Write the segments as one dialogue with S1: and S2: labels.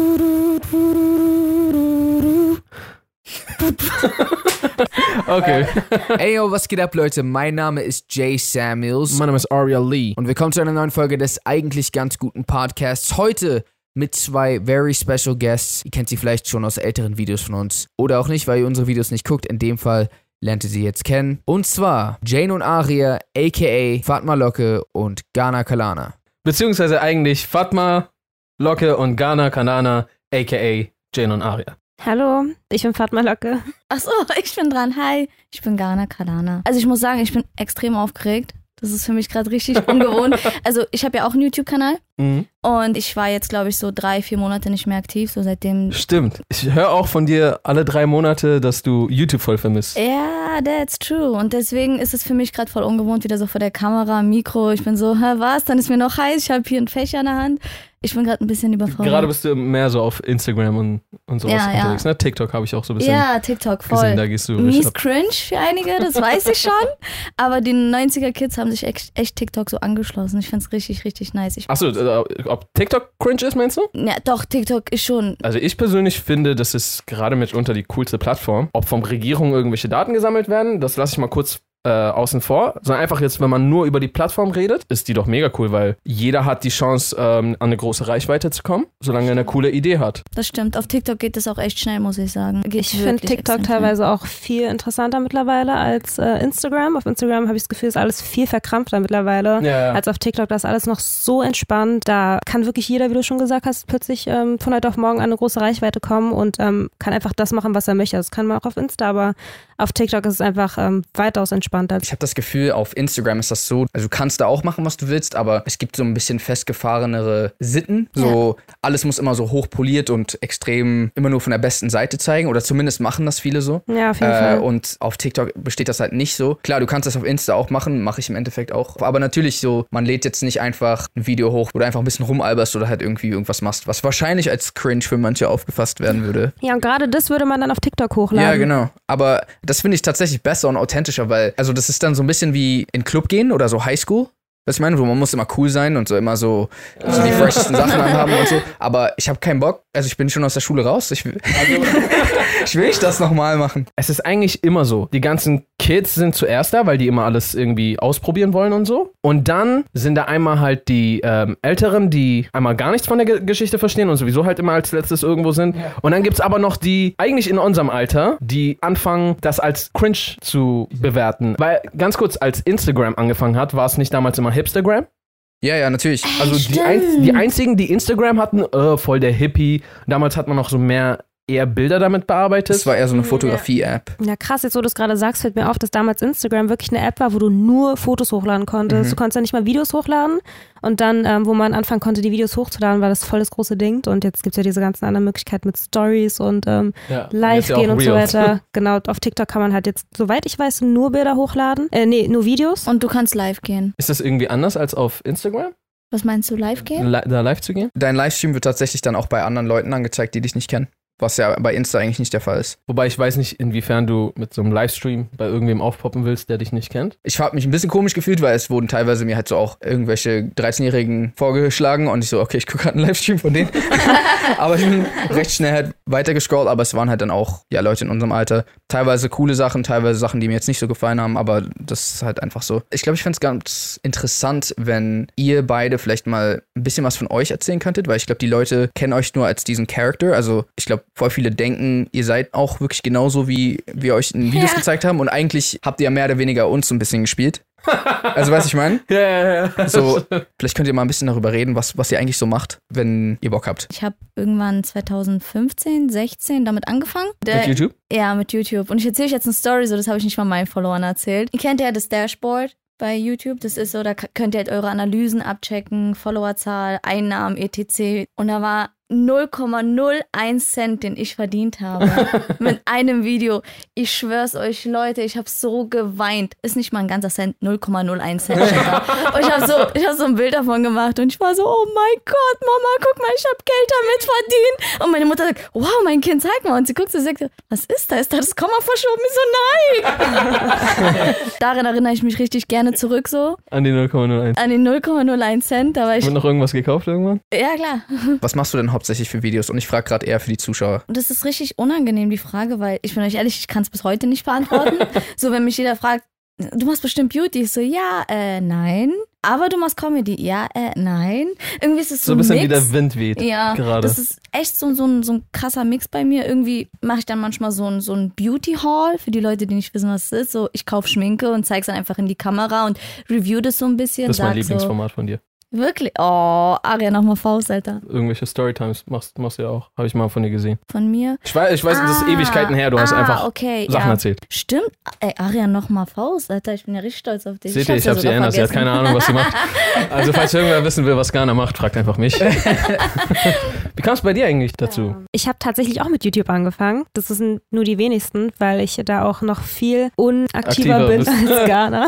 S1: Okay.
S2: Ey, yo, was geht ab, Leute? Mein Name ist Jay Samuels.
S1: Mein Name ist Aria Lee.
S2: Und willkommen zu einer neuen Folge des eigentlich ganz guten Podcasts. Heute mit zwei very special guests. Ihr kennt sie vielleicht schon aus älteren Videos von uns. Oder auch nicht, weil ihr unsere Videos nicht guckt. In dem Fall lernt ihr sie jetzt kennen. Und zwar Jane und Aria, a.k.a. Fatma Locke und Ghana Kalana.
S1: Beziehungsweise eigentlich Fatma, Locke und Ghana Kanana, a.k.a. Jane und Aria.
S3: Hallo, ich bin Fatma Locke.
S4: Achso, ich bin dran. Hi, ich bin Ghana Kalana. Also ich muss sagen, ich bin extrem aufgeregt. Das ist für mich gerade richtig ungewohnt. Also ich habe ja auch einen YouTube-Kanal
S1: Mhm.
S4: und ich war jetzt, glaube ich, so drei, vier Monate nicht mehr aktiv. So seitdem.
S1: Stimmt. Ich höre auch von dir alle drei Monate, dass du YouTube voll vermisst.
S4: Ja, that's true. Und deswegen ist es für mich gerade voll ungewohnt, wieder so vor der Kamera, Mikro. Ich bin so, hä, was? Dann ist mir noch heiß. Ich habe hier einen Fächer in der Hand. Ich bin gerade ein bisschen überfordert.
S1: Gerade bist du mehr so auf Instagram und, und sowas
S4: Ja, ja.
S1: unterwegs. Ne? TikTok habe ich auch so ein bisschen
S4: ja, TikTok voll.
S1: gesehen. Da gehst du richtig
S4: Mies
S1: ab.
S4: cringe für einige, das weiß ich schon. Aber die 90er-Kids haben sich echt, echt TikTok so angeschlossen. Ich find's richtig, richtig nice. Ich,
S1: Achso, äh, ob TikTok cringe ist, meinst du?
S4: ja, doch, TikTok ist schon.
S1: Also ich persönlich finde, das ist gerade mitunter die coolste Plattform. Ob vom Regierung irgendwelche Daten gesammelt werden, das lasse ich mal kurz äh, außen vor. Sondern einfach jetzt, wenn man nur über die Plattform redet, ist die doch mega cool, weil jeder hat die Chance, ähm, an eine große Reichweite zu kommen, solange er eine coole Idee hat.
S4: Das stimmt. Auf TikTok geht das auch echt schnell, muss ich sagen. Geht
S3: Ich finde
S4: wirklich
S3: TikTok
S4: extrem
S3: teilweise auch viel interessanter mittlerweile als äh, Instagram. Auf Instagram habe ich das Gefühl, ist alles viel verkrampfter mittlerweile.
S1: Ja.
S3: Als auf TikTok, da ist alles noch so entspannt. Da kann wirklich jeder, wie du schon gesagt hast, plötzlich ähm, von heute auf morgen an eine große Reichweite kommen und ähm, kann einfach das machen, was er möchte. Das kann man auch auf Insta, aber auf TikTok ist es einfach ähm, weitaus entspannter.
S5: Ich habe das Gefühl, auf Instagram ist das so, also du kannst da auch machen, was du willst, aber es gibt so ein bisschen festgefahrenere Sitten. So, alles muss immer so hochpoliert und extrem immer nur von der besten Seite zeigen oder zumindest machen das viele so.
S3: Ja, auf jeden
S5: Äh,
S3: Fall.
S5: und auf TikTok besteht das halt nicht so. Klar, du kannst das auf Insta auch machen, mache ich im Endeffekt auch. Aber natürlich so, man lädt jetzt nicht einfach ein Video hoch oder einfach ein bisschen rumalberst oder halt irgendwie irgendwas machst, was wahrscheinlich als cringe für manche aufgefasst werden würde.
S3: Ja, und gerade das würde man dann auf TikTok hochladen.
S5: Ja, genau. Aber das finde ich tatsächlich besser und authentischer, weil, also das ist dann so ein bisschen wie in Club gehen oder so Highschool. Was ich meine, wo man muss immer cool sein und so immer so, so die freshesten Sachen anhaben und so. Aber ich habe keinen Bock. Also ich bin schon aus der Schule raus. Ich, will- ich will nicht das nochmal machen.
S1: Es ist eigentlich immer so. Die ganzen Kids sind zuerst da, weil die immer alles irgendwie ausprobieren wollen und so. Und dann sind da einmal halt die ähm, Älteren, die einmal gar nichts von der Ge Geschichte verstehen und sowieso halt immer als letztes irgendwo sind. Und dann gibt es aber noch die, eigentlich in unserem Alter, die anfangen, das als cringe zu bewerten. Weil ganz kurz, als Instagram angefangen hat, war es nicht damals immer Hipstagram?
S5: Ja, ja, natürlich.
S1: Also die, ein, die einzigen, die Instagram hatten, äh, voll der Hippie. Damals hat man noch so mehr eher Bilder damit bearbeitet.
S5: Das war eher so eine Fotografie-App.
S3: Ja, krass, jetzt wo du es gerade sagst, fällt mir auf, dass damals Instagram wirklich eine App war, wo du nur Fotos hochladen
S1: Mhm.
S3: konntest. Du konntest ja nicht mal Videos hochladen. Und dann, ähm, wo man anfangen konnte, die Videos hochzuladen, war das voll das große Ding. Und jetzt gibt es ja diese ganzen anderen Möglichkeiten mit Stories und ähm,
S1: Ja, und
S3: live
S1: jetzt ja auch
S3: gehen und so
S1: Reels.
S3: weiter. genau, auf TikTok kann man halt jetzt, soweit ich weiß, nur Bilder hochladen. Äh, nee, nur Videos.
S4: Und du kannst live gehen.
S1: Ist das irgendwie anders als auf Instagram,
S4: Was meinst du, live gehen?
S1: li da live zu gehen?
S5: Dein Livestream wird tatsächlich dann auch bei anderen Leuten angezeigt, die dich nicht kennen. Was ja bei Insta eigentlich nicht der Fall ist.
S1: Wobei ich weiß nicht, inwiefern du mit so einem Livestream bei irgendwem aufpoppen willst, der dich nicht kennt.
S5: Ich habe mich ein bisschen komisch gefühlt, weil es wurden teilweise mir halt so auch irgendwelche 13-Jährigen vorgeschlagen und ich so, okay, ich gucke gerade einen Livestream von denen. aber ich bin recht schnell halt weitergescrollt, aber es waren halt dann auch ja Leute in unserem Alter. Teilweise coole Sachen, teilweise Sachen, die mir jetzt nicht so gefallen haben, aber das ist halt einfach so. Ich glaube, ich fände es ganz interessant, wenn ihr beide vielleicht mal ein bisschen was von euch erzählen könntet, weil ich glaube, die Leute kennen euch nur als diesen Charakter. Also ich glaube, voll viele denken, ihr seid auch wirklich genauso, wie wir euch in Videos
S4: Ja.
S5: gezeigt haben und eigentlich habt ihr ja mehr oder weniger uns so ein bisschen gespielt. Also, weißt du, ich meine?
S1: Ja, ja, ja.
S5: So, vielleicht könnt ihr mal ein bisschen darüber reden, was, was ihr eigentlich so macht, wenn ihr Bock habt.
S4: Ich habe irgendwann 2015, 16 damit angefangen.
S1: Mit
S4: Der,
S1: YouTube?
S4: ja, mit YouTube. Und ich erzähle euch jetzt eine Story, so das habe ich nicht mal meinen Followern erzählt. Ihr kennt ja das Dashboard bei YouTube. Das ist so, da k- könnt ihr halt eure Analysen abchecken, Followerzahl, Einnahmen, etc. Und da war 0,01 Cent, den ich verdient habe mit einem Video. Ich schwör's euch, Leute, ich habe so geweint. Ist nicht mal ein ganzer Cent, 0,01 Cent. steht da. und ich habe so, ich hab so ein Bild davon gemacht und ich war so, oh mein Gott, Mama, guck mal, ich habe Geld damit verdient. Und meine Mutter sagt, wow, mein Kind, zeig mal. Und sie guckt so und sagt, was ist da? Ist da das Komma verschoben? Ich so, nein. Daran erinnere ich mich richtig gerne zurück so,
S1: An die 0,01.
S4: an den 0,01 Cent. Da war ich,
S1: Wird noch irgendwas gekauft irgendwann?
S4: ja klar.
S5: Was machst du denn hauptsächlich für Videos? Und ich frage gerade eher für die Zuschauer.
S4: Und das ist richtig unangenehm, die Frage, weil ich bin euch ehrlich, ich kann es bis heute nicht beantworten. so, wenn mich jeder fragt, du machst bestimmt Beauty. Ich so, ja, äh, nein. Aber du machst Comedy. Ja, äh, nein. Irgendwie ist es
S1: So
S4: so,
S1: ein bisschen
S4: Mix.
S1: wie der Wind weht.
S4: ja,
S1: gerade.
S4: das ist echt so, so, ein, so ein krasser Mix bei mir. Irgendwie mache ich dann manchmal so ein, so ein Beauty-Haul für die Leute, die nicht wissen, was es ist. So, ich kaufe Schminke und zeige es dann einfach in die Kamera und review das so ein bisschen.
S1: Das ist mein
S4: sag so,
S1: Lieblingsformat von dir.
S4: wirklich? Oh, Aria, nochmal Faust, Alter.
S1: Irgendwelche Storytimes machst, machst du ja auch. Habe ich mal von dir gesehen.
S4: Von mir.
S1: Ich weiß, ich weiß das ist
S4: Ah,
S1: Ewigkeiten her. Du hast
S4: ah,
S1: einfach
S4: okay,
S1: Sachen
S4: ja.
S1: erzählt.
S4: Stimmt. Ey, Arian, nochmal Faust, Alter. Ich bin ja richtig stolz auf dich.
S1: Seht ihr, ich habe sie
S4: sogar
S1: erinnert. Sie hat
S4: vergessen.
S1: keine Ahnung, was sie macht. Also, falls irgendwer wissen will, was Ghana macht, fragt einfach mich. Wie kam es bei dir eigentlich dazu?
S3: Ich habe tatsächlich auch mit YouTube angefangen. Das sind nur die wenigsten, weil ich da auch noch viel unaktiver
S1: Aktiver
S3: bin
S1: bist.
S3: als Ghana.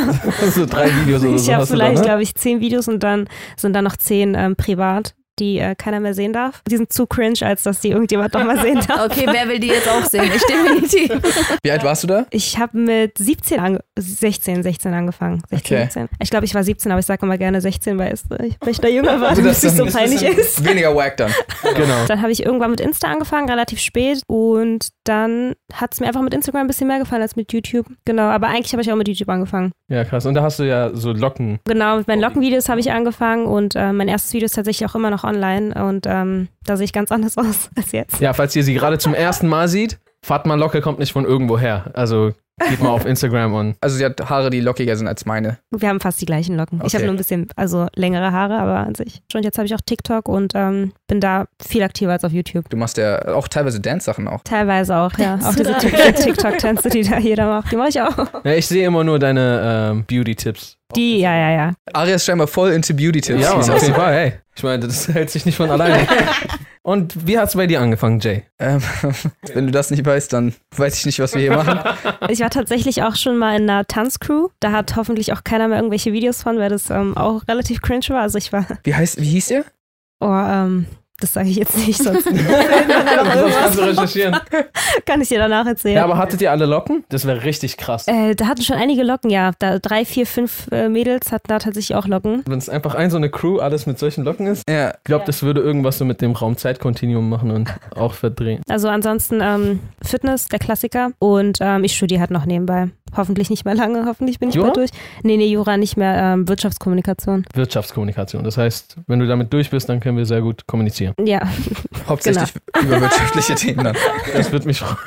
S1: So drei Videos oder
S3: Ich
S1: so
S3: habe
S1: hast du da,
S3: vielleicht,
S1: ne?
S3: glaube ich, zehn Videos und dann sind da noch zehn ähm, privat, die äh, keiner mehr sehen darf. Die sind zu cringe, als dass die irgendjemand noch mal sehen darf.
S4: Okay, wer will die jetzt auch sehen? Ich definitiv.
S5: Wie alt warst du da?
S3: Ich habe mit 17, ange 16, 16 angefangen. 16,
S5: Okay.
S3: 17. Ich glaube, ich war 17, aber ich sage immer gerne 16, weil es, äh, weil ich da jünger war,
S5: Also,
S3: dass es so
S5: dann-
S3: peinlich ist.
S5: Weniger wack dann.
S1: Genau.
S3: Dann habe ich irgendwann mit Insta angefangen, relativ spät. Und dann hat es mir einfach mit Instagram ein bisschen mehr gefallen als mit YouTube. Genau, aber eigentlich habe ich auch mit YouTube angefangen.
S1: Ja, krass. Und da hast du ja so Locken.
S3: Genau, mit meinen Lockenvideos habe ich angefangen und äh, mein erstes Video ist tatsächlich auch immer noch online. Und ähm, da sehe ich ganz anders aus als jetzt.
S1: Ja, falls ihr sie gerade zum ersten Mal seht, Fatma Locke kommt nicht von irgendwo her. Also, geht mal auf Instagram und
S5: Also sie hat Haare, die lockiger sind als meine.
S3: Wir haben fast die gleichen Locken. Ich habe
S5: Okay.
S3: nur ein bisschen, also längere Haare, aber an sich. Und jetzt habe ich auch TikTok und ähm, bin da viel aktiver als auf YouTube.
S5: Du machst ja auch teilweise Dance-Sachen auch.
S3: Teilweise auch, ja. Auch diese TikTok-Tänze, die da jeder macht, die mache ich auch.
S1: Ja, ich sehe immer nur deine ähm, Beauty-Tipps.
S3: Die, ja, ja, ja.
S5: Aria ist scheinbar voll into Beauty-Tipps.
S1: Ja, Mann, auf jeden Fall, hey. Ich meine, das hält sich nicht von alleine. Und wie hat's bei dir angefangen, Jay?
S5: ähm, wenn du das nicht weißt, dann weiß ich nicht, was wir hier machen.
S3: Ich war tatsächlich auch schon mal in einer Tanzcrew. Da hat hoffentlich auch keiner mehr irgendwelche Videos von, weil das ähm, auch relativ cringe war. Also ich war,
S5: Wie, heißt, wie hieß ihr?
S3: oh, ähm, das sage ich jetzt nicht, sonst
S1: Sonst kannst du recherchieren.
S3: kann ich dir danach erzählen.
S1: Ja, aber hattet ihr alle Locken? Das wäre richtig krass.
S3: äh, da hatten schon einige Locken, ja. Da drei, vier, fünf äh, Mädels hatten da tatsächlich auch Locken.
S1: Wenn es einfach ein so eine Crew alles mit solchen Locken ist,
S5: Ja.
S1: ich glaube, das würde irgendwas so mit dem Raum-Zeit-Kontinuum machen und auch verdrehen.
S3: Also ansonsten ähm, Fitness, der Klassiker. Und ähm, ich studiere halt noch nebenbei. Hoffentlich nicht mehr lange, hoffentlich bin ich
S1: Jura?
S3: bald durch. Nee, nee, Jura nicht mehr, ähm, Wirtschaftskommunikation.
S1: Wirtschaftskommunikation. Das heißt, wenn du damit durch bist, dann können wir sehr gut kommunizieren.
S3: Ja,
S5: Hauptsächlich
S3: Genau.
S5: über wirtschaftliche Themen dann.
S1: Das wird mich freuen.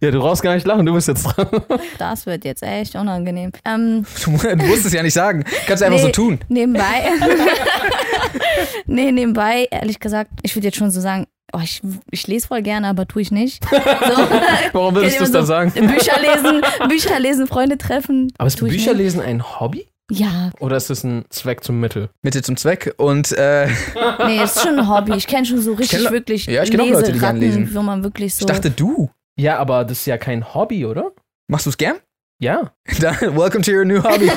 S1: ja, du brauchst gar nicht lachen, du bist jetzt dran.
S4: Das wird jetzt echt unangenehm. Ähm,
S5: Du musst es ja nicht sagen. Kannst einfach so
S4: Nee.
S5: tun.
S4: nebenbei. nee, nebenbei, ehrlich gesagt, ich würde jetzt schon so sagen, oh, ich, ich lese voll gerne, aber tue ich nicht. So.
S1: Warum würdest du es
S4: Kennt ihr
S1: dann sagen?
S4: immer so Bücher lesen, Bücher lesen, Freunde treffen.
S1: Aber ist
S4: tu ich nicht.
S1: Bücherlesen ein Hobby?
S4: Ja,
S1: Oder ist es ein Zweck zum Mittel?
S5: Mittel zum Zweck. Und äh,
S4: nee, ist schon ein Hobby. Ich kenne schon so richtig
S5: kenn Le-
S4: wirklich
S5: Ja, ich kenn auch Leute, die gerne
S4: Leseratten,
S5: lesen.
S4: wo man wirklich so.
S5: ich dachte, du.
S1: Ja, aber das ist ja kein Hobby, oder?
S5: Machst du es gern?
S1: Ja.
S5: Dann, welcome to your new hobby.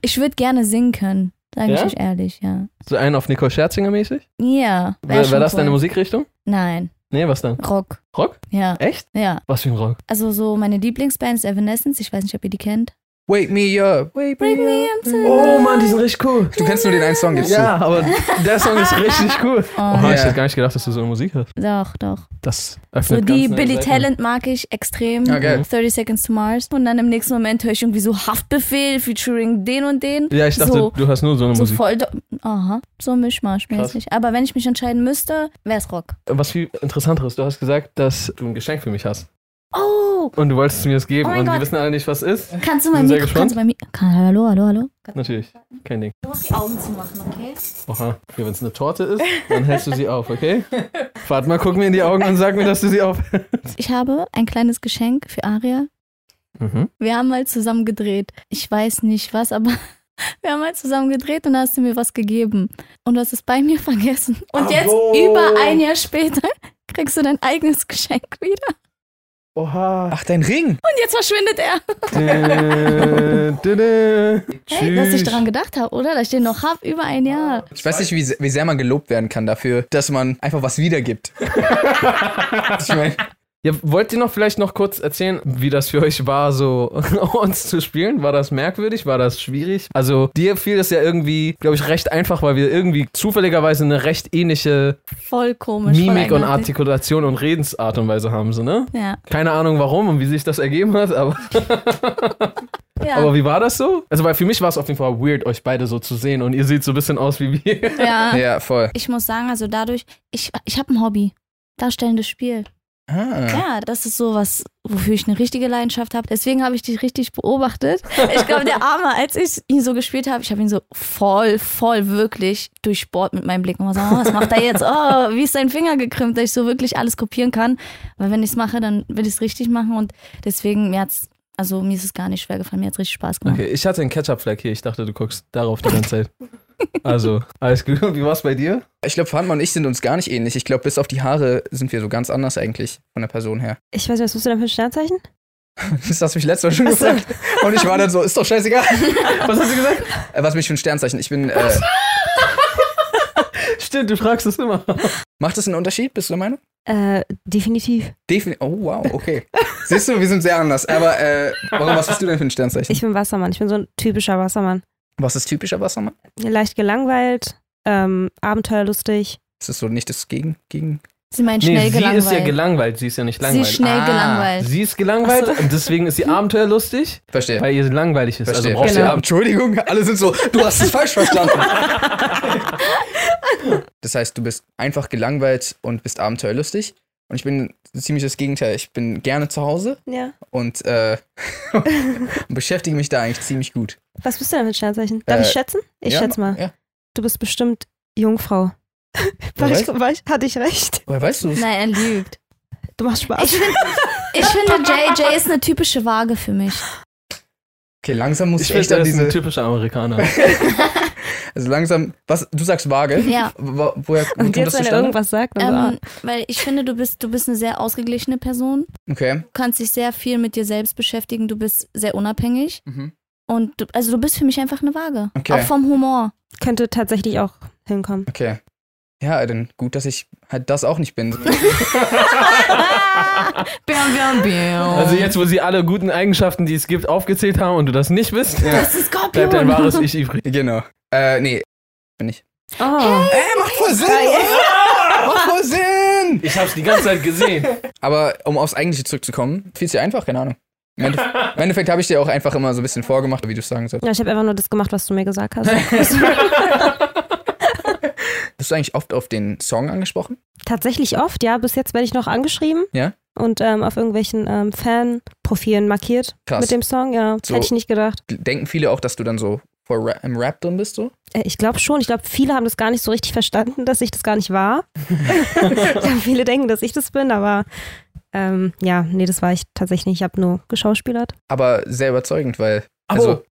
S4: Ich würde gerne singen können, sage
S1: Ja?
S4: ich euch ehrlich, ja.
S1: So einen auf Nicole Scherzinger mäßig?
S4: Ja. wär
S1: Wäre
S4: schon
S1: wär das
S4: cool.
S1: deine Musikrichtung?
S4: Nein,
S1: Nee, was dann?
S4: Rock.
S1: Rock?
S4: Ja,
S1: Echt?
S4: ja.
S1: Was für ein Rock?
S4: Also so meine Lieblingsband ist Evanescence, ich weiß nicht, ob ihr die kennt.
S5: Wake me up. Wake
S4: Bring me up to
S1: Oh Mann, die sind richtig cool.
S5: Du kennst nur den einen Song jetzt.
S1: Ja, aber der Song ist richtig cool. Oh,
S4: Oh,
S1: ich
S5: Ja.
S1: hätte gar nicht gedacht, dass du so eine Musik hast.
S4: Doch, doch.
S1: Das
S4: So
S1: öffnet
S4: die
S1: ganz ne? neue
S4: Billy
S1: Seiten.
S4: Talent mag ich extrem.
S5: Ja, geil.
S4: 30 Seconds to Mars. Und dann im nächsten Moment höre ich irgendwie so Haftbefehl featuring den und den.
S1: Ja, ich dachte,
S4: so,
S1: du hast nur so eine
S4: so
S1: Musik.
S4: voll. do- Aha, so mischmaschmäßig. Aber wenn ich mich entscheiden müsste, wär's Rock.
S1: Was viel interessanteres, du hast gesagt, dass du ein Geschenk für mich hast.
S4: Oh,
S1: Und du wolltest es mir das geben
S4: Oh mein
S1: und wir
S4: Gott.
S1: wissen alle nicht, was ist.
S4: kannst du
S1: Bin
S4: mein
S1: sehr
S4: Mikro, kannst
S1: gespannt.
S4: du mein Mikro, kann, hallo, hallo, hallo.
S1: Natürlich, kein Ding.
S4: Du musst die Augen zumachen, okay?
S1: Oha, okay, wenn es eine Torte ist, dann hältst du sie auf, okay? Warte mal, guck mir in die Augen und sag mir, dass du sie auf.
S4: Ich habe ein kleines Geschenk für Aria.
S1: Mhm.
S4: Wir haben mal zusammen gedreht. Ich weiß nicht was, aber Wir haben halt zusammen gedreht und da hast du mir was gegeben. Und du hast es bei mir vergessen. Und jetzt,
S1: Abo.
S4: über ein Jahr später, kriegst du dein eigenes Geschenk wieder.
S1: Oha.
S5: Ach, dein Ring.
S4: Und jetzt verschwindet er.
S1: Dä, dä, dä.
S4: Hey, dass ich
S1: Tschüss. Ah.
S4: daran gedacht habe, oder? Dass ich den noch hab, über ein Jahr.
S5: Ich weiß nicht, wie, se- wie sehr man gelobt werden kann dafür, dass man einfach was wiedergibt. ich meine,
S1: Ja, wollt ihr noch vielleicht noch kurz erzählen, wie das für euch war, so uns zu spielen? War das merkwürdig? War das schwierig? Also, dir fiel das ja irgendwie, glaube ich, recht einfach, weil wir irgendwie zufälligerweise eine recht ähnliche
S4: Voll komisch. voll
S1: Mimik und
S4: eigenartig.
S1: Artikulation und Redensart und Weise haben, so, ne?
S4: Ja.
S1: Keine Ahnung warum und wie sich das ergeben hat, aber,
S4: Ja.
S1: aber wie war das so? Also, weil für mich war es auf jeden Fall weird, euch beide so zu sehen und ihr seht so ein bisschen aus wie wir.
S4: ja.
S5: ja, voll.
S4: Ich muss sagen, also dadurch, ich, ich habe ein Hobby. Darstellendes Spiel.
S5: Ah.
S4: Ja, das ist sowas, wofür ich eine richtige Leidenschaft habe. Deswegen habe ich dich richtig beobachtet. Ich glaube, der Arme, als ich ihn so gespielt habe, ich habe ihn so voll, voll wirklich durchbohrt mit meinem Blick. Und war so, oh, was macht er jetzt? Oh, wie ist sein Finger gekrümmt, dass ich so wirklich alles kopieren kann. Weil wenn ich es mache, dann will ich es richtig machen. Und deswegen, mir hat's, also mir ist es gar nicht schwer gefallen. Mir hat es richtig Spaß gemacht.
S1: Okay, ich hatte einen Ketchup-Fleck hier, ich dachte, du guckst darauf die ganze Zeit. Also, alles gut. Wie war's bei dir?
S5: Ich glaube, Fahndmann und ich sind uns gar nicht ähnlich. Ich glaube, bis auf die Haare sind wir so ganz anders eigentlich von der Person her.
S3: Ich weiß nicht, was bist du denn für ein Sternzeichen?
S5: Das hast du mich letztes Mal schon gefragt. Und ich war dann so, ist doch scheißegal. Was hast du gesagt? Äh, was mich für ein Sternzeichen. Ich bin. Äh,
S1: Stimmt, du fragst es immer.
S5: macht das einen Unterschied? Bist du der Meinung?
S3: Äh, definitiv.
S5: Definitiv. Oh, wow, okay. Siehst du, wir sind sehr anders. Aber äh, warum, was bist du denn für ein Sternzeichen?
S3: Ich bin Wassermann. Ich bin so ein typischer Wassermann.
S5: was ist typischer Wassermann?
S3: Leicht gelangweilt, ähm, abenteuerlustig.
S5: Ist das so nicht das Gegen. Gegen
S4: Sie meinen
S1: Nee,
S4: schnell
S1: sie
S4: gelangweilt.
S1: ist ja gelangweilt, sie ist ja nicht
S4: sie ist
S1: langweilig.
S4: schnell
S5: Ah.
S4: gelangweilt.
S1: Sie ist gelangweilt und deswegen ist sie abenteuerlustig,
S5: Verstehe.
S1: weil ihr langweilig ist.
S5: Verstehe.
S1: Also braucht
S3: Genau.
S1: ihr Abenteuer.
S5: Entschuldigung, alle sind so, du hast es falsch verstanden. das heißt, du bist einfach gelangweilt und bist abenteuerlustig. Und ich bin ziemlich das Gegenteil. Ich bin gerne zu Hause
S3: Ja.
S5: und, äh, und beschäftige mich da eigentlich ziemlich gut.
S3: Was bist du denn für ein Sternzeichen? Darf
S5: Äh,
S3: ich schätzen? Ich
S5: ja,
S3: schätze mal.
S5: Ja.
S3: Du bist bestimmt Jungfrau. War ich, war ich, hatte ich recht?
S5: Woher weißt du es?
S4: Nein, er lügt.
S3: Du machst Spaß.
S4: Ich finde, ich finde, JJ ist eine typische Waage für mich.
S5: Okay, langsam muss
S1: Ich
S5: ich,
S1: finde,
S5: echt an
S1: das ist ein
S5: diese.
S1: typischer Amerikaner.
S5: Also langsam. Was? Du sagst vage?
S4: Ja.
S5: Wo- Woher wo
S3: und
S5: kommt das
S3: jetzt, wenn er
S5: zustande?
S3: irgendwas sagt, dann
S4: Ähm,
S3: ähm,
S4: weil ich finde, du bist, du bist eine sehr ausgeglichene Person.
S5: Okay.
S4: Du kannst dich sehr viel mit dir selbst beschäftigen. Du bist sehr unabhängig.
S5: Mhm.
S4: Und du, also du bist für mich einfach eine Waage.
S5: Okay.
S4: Auch vom Humor.
S3: ah, könnte tatsächlich auch hinkommen.
S5: Okay. Ja, dann gut, dass ich halt das auch nicht bin.
S4: Bam, bam, bam.
S1: Also jetzt, wo sie alle guten Eigenschaften, die es gibt, aufgezählt haben und du das nicht bist,
S4: das ist
S1: bleibt dein
S4: Skorpion.
S1: wahres Ich übrig.
S5: genau. Äh, nee, bin ich.
S3: Oh.
S5: Ey, macht voll Sinn! macht voll Sinn!
S1: Ich hab's die ganze Zeit gesehen.
S5: Aber um aufs Eigentliche zurückzukommen, viel zu einfach, keine Ahnung. Im Endeffekt, im Endeffekt habe ich dir auch einfach immer so ein bisschen vorgemacht, wie du es sagen sollst.
S3: Ja, ich habe einfach nur das gemacht, was du mir gesagt hast.
S5: Bist du eigentlich oft auf den Song angesprochen?
S3: Tatsächlich oft, ja. Bis jetzt werde ich noch angeschrieben.
S5: Ja?
S3: Und ähm, auf irgendwelchen ähm, Fan-Profilen markiert
S5: Krass.
S3: mit dem Song, ja.
S5: So.
S3: Hätte ich nicht gedacht.
S5: Denken viele auch, dass du dann so voll Ra im Rap drin bist, so?
S3: Äh, Ich glaube schon. Ich glaube, viele haben das gar nicht so richtig verstanden, dass ich das gar nicht war. ich glaub, viele denken, dass ich das bin, aber ähm, ja, nee, das war ich tatsächlich nicht. Ich habe nur geschauspielert.
S5: Aber sehr überzeugend, weil. Also,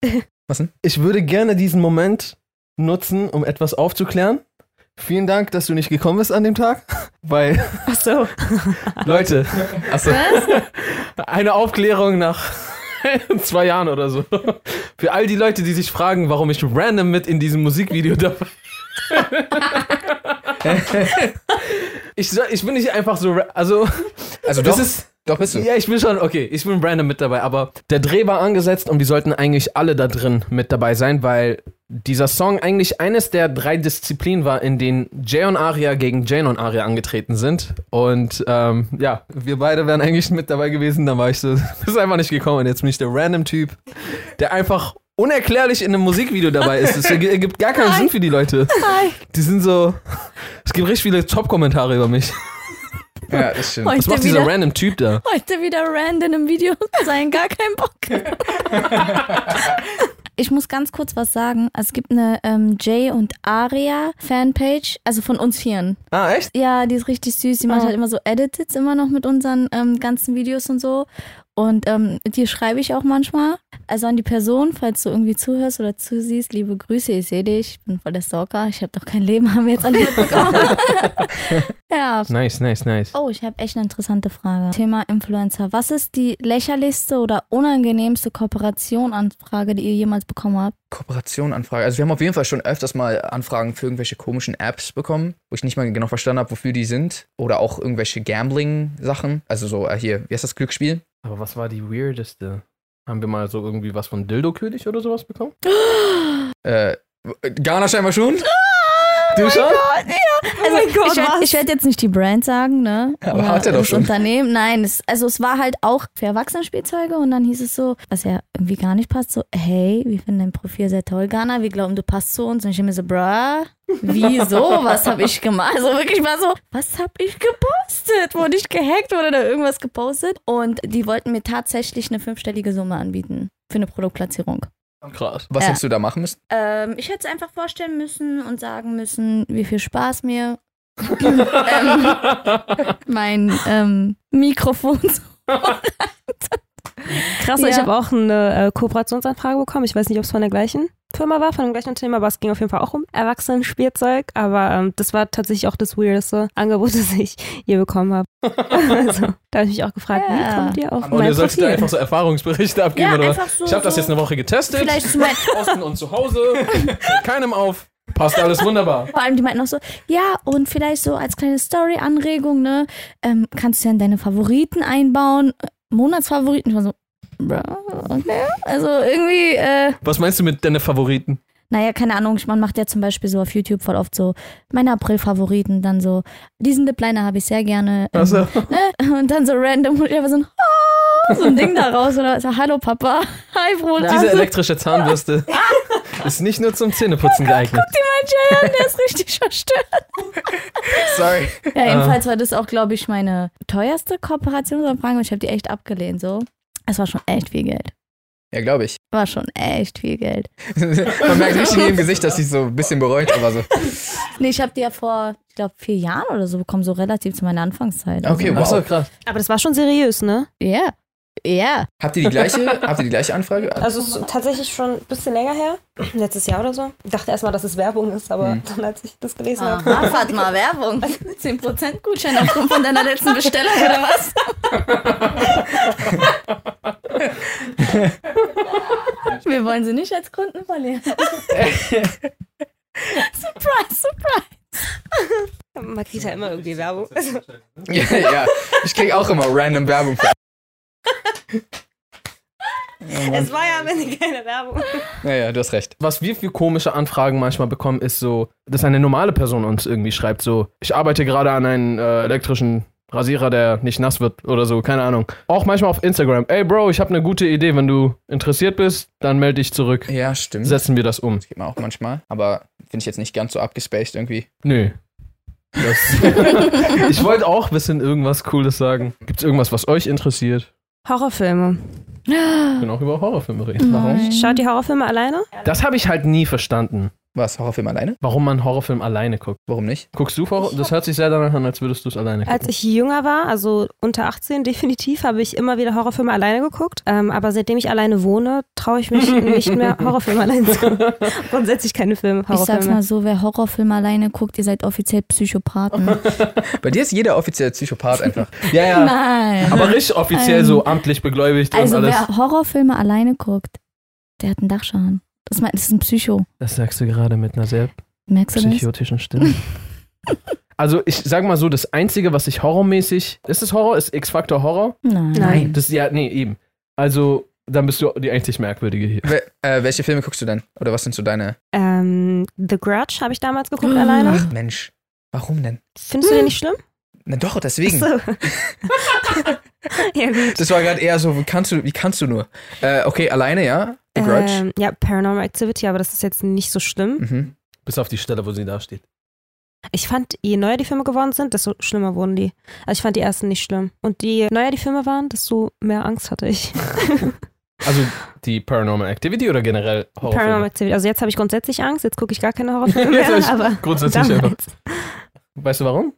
S5: was denn?
S1: Oh. Ich würde gerne diesen Moment nutzen, um etwas aufzuklären. Vielen Dank, dass du nicht gekommen bist an dem Tag, weil
S3: Ach so.
S1: Leute, also eine Aufklärung nach zwei Jahren oder so. Für all die Leute, die sich fragen, warum ich random mit in diesem Musikvideo dabei ich, soll- ich bin nicht einfach so. ra- Also,
S5: Also
S1: das
S5: doch,
S1: ist.
S5: doch bist du.
S1: Ja, ich bin schon, okay, ich bin random mit dabei, aber der Dreh war angesetzt und wir sollten eigentlich alle da drin mit dabei sein, weil dieser Song eigentlich eines der drei Disziplinen war, in denen Jay und Aria gegen Jane und Aria angetreten sind. Und ähm, ja, wir beide wären eigentlich mit dabei gewesen, da war ich so, das ist einfach nicht gekommen. Und jetzt bin ich der random Typ, der einfach unerklärlich in einem Musikvideo dabei ist. Es ergibt gar keinen Sinn für die Leute. Die sind so, es gibt richtig viele Top-Kommentare über mich.
S5: Ja, das stimmt.
S1: Was
S4: Heute
S1: macht dieser
S4: wieder,
S1: random Typ da?
S4: heute wieder random im Video sein. Gar kein Bock. Ich muss ganz kurz was sagen. Es gibt eine ähm, Jay und Aria Fanpage, also von uns Vieren.
S1: Ah, echt?
S4: Ja, die ist richtig süß. Die macht halt immer so Edits immer noch mit unseren ähm, ganzen Videos und so. Und ähm, mit ihr schreibe ich auch manchmal. Also an die Person, falls du irgendwie zuhörst oder zusiehst, liebe Grüße, ich sehe dich, ich bin voll der Stalker, ich habe doch kein Leben, haben wir jetzt alle bekommen. ja.
S1: Nice, nice, nice.
S4: Oh, ich habe echt eine interessante Frage. Thema Influencer. Was ist die lächerlichste oder unangenehmste Kooperationanfrage, die ihr jemals bekommen habt?
S5: Kooperation anfrage. Also wir haben auf jeden Fall schon öfters mal Anfragen für irgendwelche komischen Apps bekommen, wo ich nicht mal genau verstanden habe, wofür die sind. Oder auch irgendwelche Gambling-Sachen. Also so äh, hier, wie heißt das Glücksspiel?
S1: Aber was war die weirdeste? Haben wir mal so irgendwie was von Dildo-König oder sowas bekommen?
S5: Äh, Ghana scheinbar schon.
S4: Oh
S1: du schon?
S4: Also,
S3: Oh mein Gott,
S4: ich werd-
S3: was?
S4: ich werde jetzt nicht die Brand sagen, ne?
S5: Aber
S4: Oder
S5: hat er doch
S4: das
S5: schon.
S4: Unternehmen. Nein, es, also es war halt auch für Erwachsenenspielzeuge und dann hieß es so, was ja irgendwie gar nicht passt, so, hey, wir finden dein Profil sehr toll, Ghana, wir glauben, du passt zu uns. Und ich immer so, bruh, wieso? Was habe ich gemacht? Also wirklich mal so, was habe ich gepostet? Wurde ich gehackt? Wurde da irgendwas gepostet? Und die wollten mir tatsächlich eine fünfstellige Summe anbieten für eine Produktplatzierung.
S1: Krass.
S5: Was
S4: Ja.
S5: hättest du da machen müssen?
S4: Ähm, ich hätte es einfach vorstellen müssen und sagen müssen, wie viel Spaß mir ähm, mein ähm, Mikrofon.
S3: Krass, ich
S4: Ja.
S3: habe auch eine äh, Kooperationsanfrage bekommen. Ich weiß nicht, ob es von der gleichen Firma war, von dem gleichen Unternehmen, aber es ging auf jeden Fall auch um Erwachsenenspielzeug. Aber ähm, das war tatsächlich auch das weirdeste Angebot, das ich je bekommen habe. also, da habe ich mich auch gefragt,
S4: Ja.
S3: wie kommt ihr auf
S1: Und
S3: mein
S1: ihr solltet da
S3: Profil?
S1: einfach so Erfahrungsberichte abgeben
S4: Ja,
S1: oder was?
S4: einfach so.
S1: Ich habe das
S4: so.
S1: jetzt eine Woche getestet.
S4: Vielleicht zu meinen,
S1: Außen und zu Hause. Fällt keinem auf. Passt alles wunderbar.
S4: vor allem die meinten auch so, ja, und vielleicht so als kleine Story-Anregung, ne? Ähm, kannst du ja in deine Favoriten einbauen. äh, Monatsfavoriten. Ich war so, bruh, okay. Also irgendwie, äh,
S1: Was meinst du mit deine Favoriten?
S4: Naja, keine Ahnung, man macht ja zum Beispiel so auf YouTube voll oft so meine April-Favoriten, dann so, diesen Lip Liner habe ich sehr gerne. ähm,
S1: Also,
S4: ne? Und dann so random und ich einfach so ein, oh, so ein Ding da raus oder so, hallo Papa, hi Bruder.
S1: diese
S4: so,
S1: elektrische Zahnbürste ist nicht nur zum Zähneputzen geeignet.
S4: guck dir meinen Channel an, der ist richtig verstört.
S5: Sorry.
S4: Ja, jedenfalls war das auch, glaube ich, meine teuerste Kooperationsanfrage und ich habe die echt abgelehnt, so. Es war schon echt viel Geld.
S5: Ja, glaube ich.
S4: War schon echt viel Geld.
S5: Man merkt richtig in ihrem Gesicht, dass sie so ein bisschen bereut, aber so.
S4: Nee, ich habe die ja vor, ich glaube, vier Jahren oder so bekommen, so relativ zu meiner Anfangszeit.
S5: Okay,
S4: Also,
S5: wow.
S1: Achso, krass.
S3: Aber das war schon seriös, ne?
S4: Ja. Ja.
S5: Habt ihr die gleiche, habt ihr die gleiche Anfrage?
S3: Also es ist tatsächlich schon ein bisschen länger her, letztes Jahr oder so. Ich dachte erstmal, dass es Werbung ist, aber dann, als ich das gelesen
S4: Aha, Also Fatma, Werbung. 10% Gutschein aufgrund von deiner letzten Bestellung oder was? Wir wollen sie nicht als Kunden verlieren. surprise, surprise.
S3: man kriegt ja immer irgendwie Werbung.
S5: Ja, ja. Ich krieg auch immer random Werbung.
S3: es war ja am Ende keine Werbung.
S5: Naja, du hast recht.
S1: Was wir für komische Anfragen manchmal bekommen, ist so, dass eine normale Person uns irgendwie schreibt, so, ich arbeite gerade an einem äh, elektrischen Rasierer, der nicht nass wird oder so, keine Ahnung. Auch manchmal auf Instagram, ey Bro, ich habe eine gute Idee, wenn du interessiert bist, dann melde dich zurück.
S5: Ja, stimmt. Das
S1: Setzen wir das um.
S5: gibt man auch manchmal. Aber finde ich jetzt nicht ganz so abgespaced irgendwie.
S1: Nö. Das ich wollte auch ein bisschen irgendwas Cooles sagen. Gibt's irgendwas, was euch interessiert?
S3: Horrorfilme.
S1: Wir können auch über Horrorfilme reden.
S3: Schaut ihr Horrorfilme alleine?
S1: Das habe ich halt nie verstanden,
S5: Was, Horrorfilm alleine?
S1: warum man Horrorfilm alleine guckt.
S5: Warum nicht?
S1: Guckst du Horror? Das hört sich sehr danach an, als würdest du es alleine gucken.
S3: Als ich jünger war, also unter 18 definitiv, habe ich immer wieder Horrorfilme alleine geguckt. Ähm, aber seitdem ich alleine wohne, traue ich mich nicht mehr, Horrorfilme alleine zu gucken. Grundsätzlich keine Filme,
S4: Ich sag's
S3: Horrorfilme.
S4: mal so, wer Horrorfilme alleine guckt, ihr seid offiziell Psychopathen.
S5: Bei dir ist jeder offiziell Psychopath einfach.
S1: ja, ja.
S4: Nein.
S1: Aber richtig offiziell
S4: Ähm,
S1: so amtlich begläubigt
S4: Also
S1: und alles.
S4: wer Horrorfilme alleine guckt, der hat einen Dachschaden. Das, meint, das ist ein Psycho.
S1: Das sagst du gerade mit einer sehr
S4: Merkst du das?
S1: psychotischen Stimme. Also ich sag mal so, das Einzige, was ich horrormäßig... Ist es Horror? Ist X-Factor Horror?
S4: Nein.
S3: Nein.
S1: Das ja, nee, eben. Also dann bist du die eigentlich Merkwürdige hier.
S5: We äh, welche Filme guckst du denn? Oder was sind so deine?
S3: Ähm, The Grudge habe ich damals geguckt alleine.
S5: Ach Mensch, warum denn?
S3: Findest du den nicht schlimm?
S5: Na doch, deswegen.
S3: So. ja, gut.
S5: Das war gerade eher so, wie kannst du, wie kannst du nur? Äh, okay, alleine, ja? The Grudge.
S3: Ähm, ja, Paranormal Activity, aber das ist jetzt nicht so schlimm.
S5: Mhm.
S1: Bis auf die Stelle, wo sie da steht.
S3: Ich fand, je neuer die Filme geworden sind, desto schlimmer wurden die. Also ich fand die ersten nicht schlimm. Und je neuer die Filme waren, desto mehr Angst hatte ich.
S1: Also die Paranormal Activity oder generell Horrorfilme?
S3: Paranormal Activity. Also jetzt habe ich grundsätzlich Angst, jetzt gucke ich gar keine Horrorfilme
S1: Jetzt hab
S3: mehr,
S1: ich
S3: aber
S1: Grundsätzlich
S3: damals.
S1: einfach. Weißt du warum?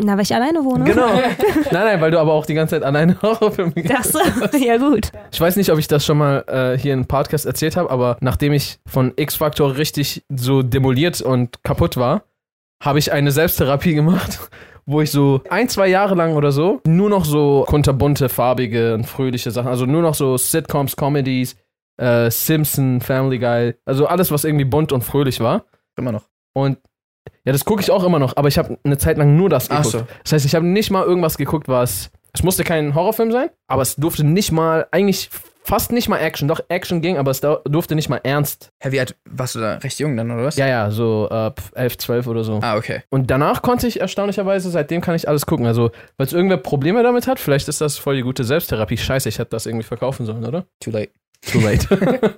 S3: Na, weil ich alleine wohne.
S1: Genau. nein, nein, weil du aber auch die ganze Zeit alleine Horrorfilme
S3: Ach so, ja gut.
S1: Ich weiß nicht, ob ich das schon mal äh, hier im Podcast erzählt habe, aber nachdem ich von X-Factor richtig so demoliert und kaputt war, habe ich eine Selbsttherapie gemacht, wo ich so ein, zwei Jahre lang oder so nur noch so kunterbunte, farbige und fröhliche Sachen, also nur noch so Sitcoms, Comedies, äh, Simpson, Family Guy, also alles, was irgendwie bunt und fröhlich war.
S5: Immer noch.
S1: Und ja, das gucke ich auch immer noch, aber ich habe eine Zeit lang nur das
S5: Ach
S1: geguckt.
S5: so.
S1: Das heißt, ich habe nicht mal irgendwas geguckt, was. Es musste kein Horrorfilm sein, aber es durfte nicht mal, eigentlich fast nicht mal Action. Doch, Action ging, aber es dau- durfte nicht mal ernst.
S5: Hä, wie alt warst du da? Recht jung dann, oder was?
S1: Ja, ja, so äh, pf, 11, 12 oder so.
S5: Ah, okay.
S1: Und danach konnte ich erstaunlicherweise, seitdem kann ich alles gucken. Also, falls irgendwer Probleme damit hat, vielleicht ist das voll die gute Selbsttherapie. Scheiße, ich hätte das irgendwie verkaufen sollen, oder?
S5: Too late.
S1: Too late.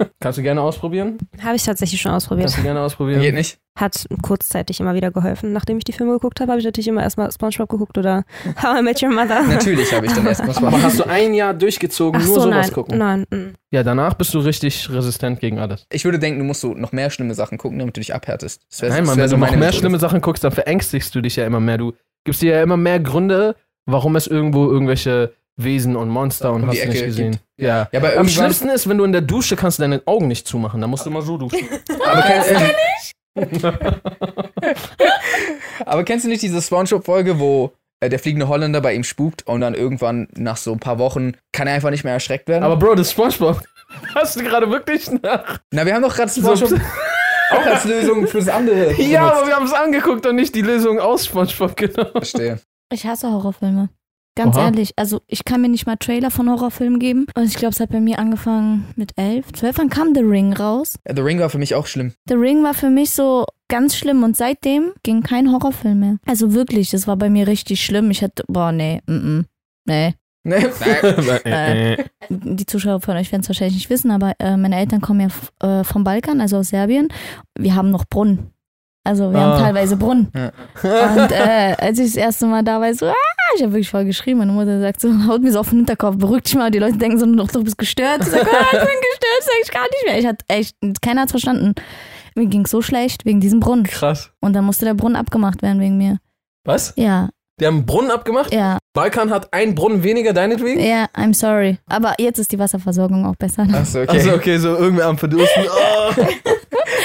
S1: Kannst du gerne ausprobieren?
S3: Habe ich tatsächlich schon ausprobiert.
S1: Kannst du gerne ausprobieren?
S5: Geht nicht?
S3: Hat kurzzeitig immer wieder geholfen. Nachdem ich die Filme geguckt habe, habe ich natürlich immer erstmal Spongebob geguckt oder How I Met Your Mother.
S5: Natürlich habe ich dann erstmal
S1: Aber hast du ein Jahr durchgezogen,
S3: Ach
S1: nur
S3: so,
S1: sowas
S3: nein.
S1: gucken?
S3: Nein. mm.
S1: Ja, danach bist du richtig resistent gegen alles.
S5: Ich würde denken, du musst so noch mehr schlimme Sachen gucken, damit du dich abhärtest. Das wär-
S1: Nein,
S5: das
S1: Mann,
S5: wär
S1: wenn
S5: so
S1: du noch
S5: meine
S1: mehr
S5: Methode.
S1: schlimme Sachen guckst, dann verängstigst du dich ja immer mehr. Du gibst dir ja immer mehr Gründe, warum es irgendwo irgendwelche Wesen und Monster und
S5: Um
S1: hast
S5: die
S1: du nicht
S5: Ecke
S1: gesehen.
S5: gibt.
S1: Ja.
S5: Ja, aber
S1: Am
S5: irgendwann-
S1: schlimmsten ist, wenn du in der Dusche kannst du deine Augen nicht zumachen. Da musst du mal so duschen.
S5: Aber, kenn, aber kennst du nicht diese Spongebob-Folge, wo äh, der fliegende Holländer bei ihm spukt und dann irgendwann nach so ein paar Wochen kann er einfach nicht mehr erschreckt werden?
S1: Aber Bro, das ist Spongebob. Hast du gerade wirklich nach?
S5: Na, wir haben doch gerade Spongebob auch als Lösung fürs andere.
S1: Ja,
S5: benutzt.
S1: aber wir haben es angeguckt und nicht die Lösung aus Spongebob genommen.
S5: verstehe.
S4: Ich hasse Horrorfilme. Ganz
S1: Oha.
S4: ehrlich, also ich kann mir nicht mal Trailer von Horrorfilmen geben. Und ich glaube, es hat bei mir angefangen mit elf. Zwölf dann kam The Ring raus.
S5: Ja, Äh, The Ring war für mich auch schlimm.
S4: The Ring war für mich so ganz schlimm und seitdem ging kein Horrorfilm mehr. Also wirklich, das war bei mir richtig schlimm. Ich hatte, boah, nee, mm, mm, nee.
S5: Ne?
S4: Äh. Die Zuschauer von euch werden es wahrscheinlich nicht wissen, aber äh, meine Eltern kommen ja f- äh, vom Balkan, also aus Serbien. Wir haben noch Brunnen. Also wir
S1: Ah.
S4: haben teilweise Brunnen.
S5: Ja.
S4: Und äh, als ich das erste Mal da war, so, ah, ich habe wirklich voll geschrien. Meine Mutter sagt so, haut mir so auf den Hinterkopf, beruhig dich mal. Die Leute denken so, noch du bist gestört. Ich sag, ah, ich bin gestört, sag ich gar nicht mehr. Ich hatte echt, keiner hat's verstanden. Mir ging's so schlecht wegen diesem Brunnen.
S1: Krass.
S4: Und dann musste der Brunnen abgemacht werden wegen mir.
S1: Was?
S4: Ja,
S1: Die haben einen Brunnen abgemacht?
S4: ja,
S1: Balkan hat einen Brunnen weniger deinetwegen?
S4: ja, I'm sorry. Aber jetzt ist die Wasserversorgung auch besser. ne?
S5: Achso, okay.
S1: Also okay, so irgendwer am Verdursten. Oh. Tut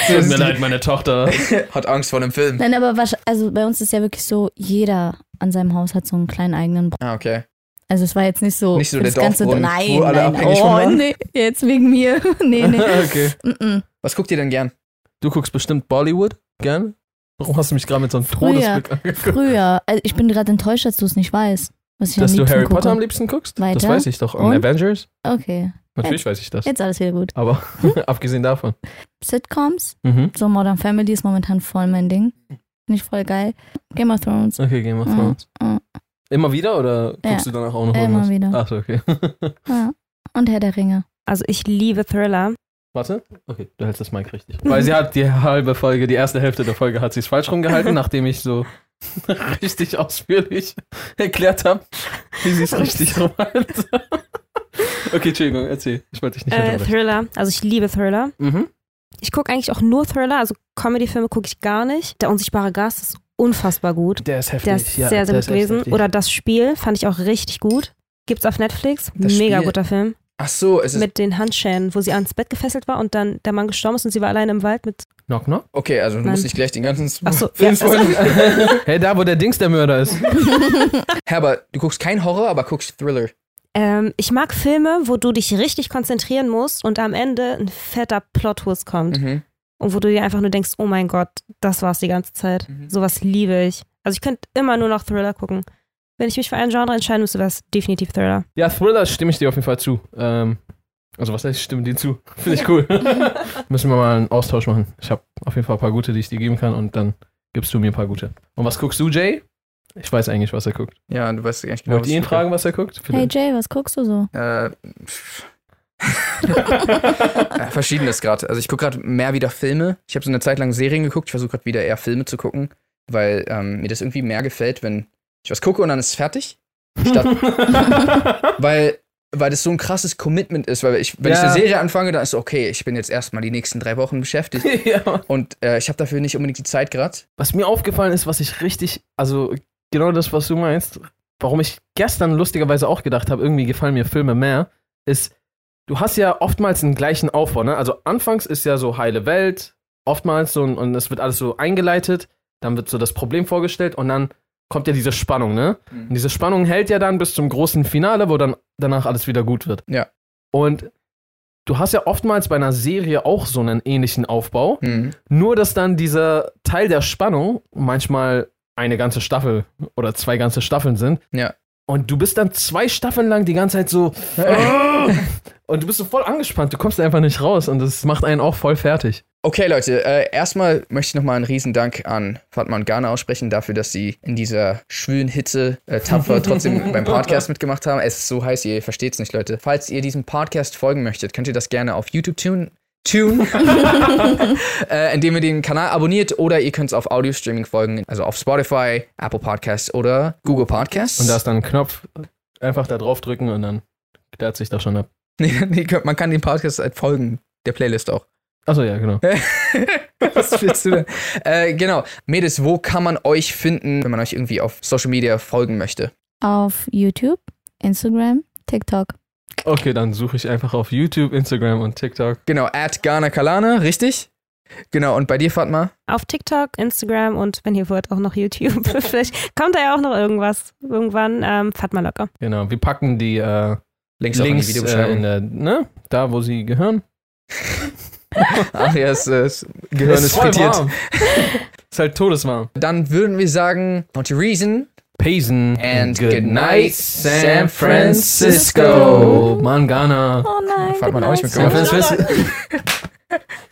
S1: mir
S5: ist die-
S1: leid, meine Tochter.
S5: Hat Angst vor dem Film.
S4: Nein, aber wahrsch- also bei uns ist ja wirklich so, jeder an seinem Haus hat so einen kleinen eigenen Brunnen.
S5: Ah, okay.
S4: Also es war jetzt nicht so,
S5: Nicht so der
S4: das ganze
S5: Dorfbrunnen,
S4: nein,
S5: wo alle
S4: nein,
S5: abhängig von
S4: oh,
S5: waren?
S4: nee, jetzt wegen mir. nee, nee.
S1: Okay.
S4: Mm-mm.
S5: Was guckt ihr denn gern?
S1: Du guckst bestimmt Bollywood gern. Warum hast du mich gerade mit so einem
S4: Früher.
S1: Todesblick angeguckt?
S4: Früher, also ich bin gerade enttäuscht, dass du es nicht weißt, was ich
S1: Dass
S4: am
S1: du
S4: liebsten
S1: Harry
S4: gucke.
S1: Potter am liebsten guckst? Das
S4: Weiter.
S1: weiß ich doch. Und,
S4: Und?
S1: Avengers?
S4: Okay,
S1: Natürlich weiß ich das.
S4: jetzt Hm? alles wieder gut.
S1: Aber abgesehen davon.
S4: Sitcoms,
S1: Mhm.
S4: so Modern Family ist momentan voll mein Ding. Finde ich voll geil. Game of Thrones,
S1: Okay, Game of
S4: Mhm.
S1: Thrones.
S4: Mhm.
S1: Immer wieder oder guckst du
S4: Ja.
S1: danach auch noch
S4: Immer
S1: irgendwas?
S4: wieder.
S1: Achso, okay.
S4: ja. und Herr der Ringe.
S3: Also ich liebe Thriller.
S1: Warte. Okay, du hältst das Mic richtig. Weil sie hat die halbe Folge, die erste Hälfte der Folge hat sie es falsch rumgehalten, nachdem ich so richtig ausführlich erklärt habe, wie sie es richtig rumhält. okay, Entschuldigung, erzähl. Ich wollte dich nicht
S3: Äh,
S1: unterbrechen.
S3: Thriller. Also ich liebe Thriller.
S1: Mhm.
S3: Ich gucke eigentlich auch nur Thriller, also Comedy-Filme gucke ich gar nicht. Der unsichtbare Gast ist unfassbar gut.
S1: Der ist heftig.
S3: Der ist sehr, sehr gut gewesen. Oder das Spiel fand ich auch richtig gut. Gibt's auf Netflix.
S5: Das
S3: Mega
S5: Spiel?
S3: guter Film.
S5: Ach so, es ist.
S3: Mit den Handschellen, wo sie ans Bett gefesselt war und dann der Mann gestorben ist und sie war alleine im Wald mit.
S1: knock, knock.
S5: okay, also du
S3: Nein.
S5: musst nicht gleich den ganzen
S3: Ach so,
S5: Film
S3: ja, also-
S5: spoilern.
S1: hey, da, wo der Dings der Mörder ist.
S5: Herbert, du guckst kein Horror, aber guckst Thriller.
S3: Ähm, ich mag Filme, wo du dich richtig konzentrieren musst und am Ende ein fetter Plot-Twist kommt.
S5: Mhm.
S3: Und wo du dir einfach nur denkst, oh mein Gott, das war's die ganze Zeit.
S5: Mhm.
S3: Sowas liebe ich. Also ich könnte immer nur noch Thriller gucken. Wenn ich mich für ein Genre entscheiden müsste, wäre es definitiv Thriller.
S1: Ja, Thriller stimme ich dir auf jeden Fall zu. Ähm, also, was heißt, ich stimme dir zu? Finde ich cool. Müssen wir mal einen Austausch machen. Ich habe auf jeden Fall ein paar gute, die ich dir geben kann und dann gibst du mir ein paar gute. Und was guckst du, Jay? Ich weiß eigentlich, was er guckt.
S5: Ja, du weißt eigentlich genau.
S1: Wollt
S5: was
S1: ihr ihn
S5: ich-
S1: fragen, was er guckt?
S4: Hey Jay, was guckst du so?
S5: Äh, pff. Äh, Verschiedenes gerade. Also ich gucke gerade mehr wieder Filme. Ich habe so eine Zeit lang Serien geguckt. Ich versuche gerade wieder eher Filme zu gucken, weil ähm, mir das irgendwie mehr gefällt, wenn ich was gucke und dann ist es fertig. Statt, weil, weil das so ein krasses Commitment ist. Weil ich, wenn ich
S1: Ja.
S5: eine Serie anfange, dann ist so, okay, ich bin jetzt erstmal die nächsten drei Wochen beschäftigt.
S1: ja.
S5: Und äh, ich habe dafür nicht unbedingt die Zeit gerade.
S1: Was mir aufgefallen ist, was ich richtig, also genau das, was du meinst, warum ich gestern lustigerweise auch gedacht habe, irgendwie gefallen mir Filme mehr, ist, du hast ja oftmals den gleichen Aufbau, ne? Also anfangs ist ja so heile Welt, oftmals so und, und es wird alles so eingeleitet, dann wird so das Problem vorgestellt und dann kommt ja diese Spannung, ne? Und diese Spannung hält ja dann bis zum großen Finale, wo dann danach alles wieder gut wird.
S5: Ja.
S1: Und du hast ja oftmals bei einer Serie auch so einen ähnlichen Aufbau.
S5: Mhm.
S1: Nur, dass dann dieser Teil der Spannung manchmal eine ganze Staffel oder zwei ganze Staffeln sind.
S5: Ja.
S1: Und du bist dann zwei Staffeln lang die ganze Zeit so. "Ah!" und du bist so voll angespannt. Du kommst einfach nicht raus und das macht einen auch voll fertig.
S5: Okay, Leute, äh, erstmal möchte ich nochmal einen Riesendank an Fatma und Ghana aussprechen dafür, dass sie in dieser schwülen Hitze äh, tapfer trotzdem beim Podcast mitgemacht haben. Es ist so heiß, ihr versteht es nicht, Leute. Falls ihr diesem Podcast folgen möchtet, könnt ihr das gerne auf YouTube tun. Tune, äh, indem ihr den Kanal abonniert oder ihr könnt es auf Audio-Streaming folgen, also auf Spotify, Apple Podcasts oder Google Podcasts.
S1: Und da ist dann ein Knopf. Einfach da drauf drücken und dann klärt sich das schon ab.
S5: nee, nee, könnt- man kann den Podcast halt folgen, der Playlist auch.
S1: Achso, ja, genau.
S5: Was willst du denn? äh, genau. Mädels, wo kann man euch finden, wenn man euch irgendwie auf Social Media folgen möchte?
S4: Auf YouTube, Instagram, TikTok.
S1: Okay, dann suche ich einfach auf YouTube, Instagram und TikTok.
S5: Genau, at Ghana Kalana, richtig? Genau, und bei dir, Fatma?
S3: Auf TikTok, Instagram und wenn ihr wollt, auch noch YouTube. Vielleicht kommt da ja auch noch irgendwas. Irgendwann, ähm, fahrt mal locker.
S1: Genau. Wir packen die äh,
S5: Links, auch in die
S1: Links äh, in
S5: Videobeschreibung.
S1: der, ne? Da, wo sie gehören.
S5: Arias äh, das Gehirn ist
S1: voll
S5: frittiert.
S1: warm. ist halt todeswarm.
S5: Dann würden wir sagen, on to reason.
S1: Payson
S5: And good night, San
S4: Francisco.
S1: Mangana.
S4: Oh nein.
S5: Fahrt mal
S4: good
S5: auch nicht
S4: night.
S5: mitgemacht.
S1: San Francisco.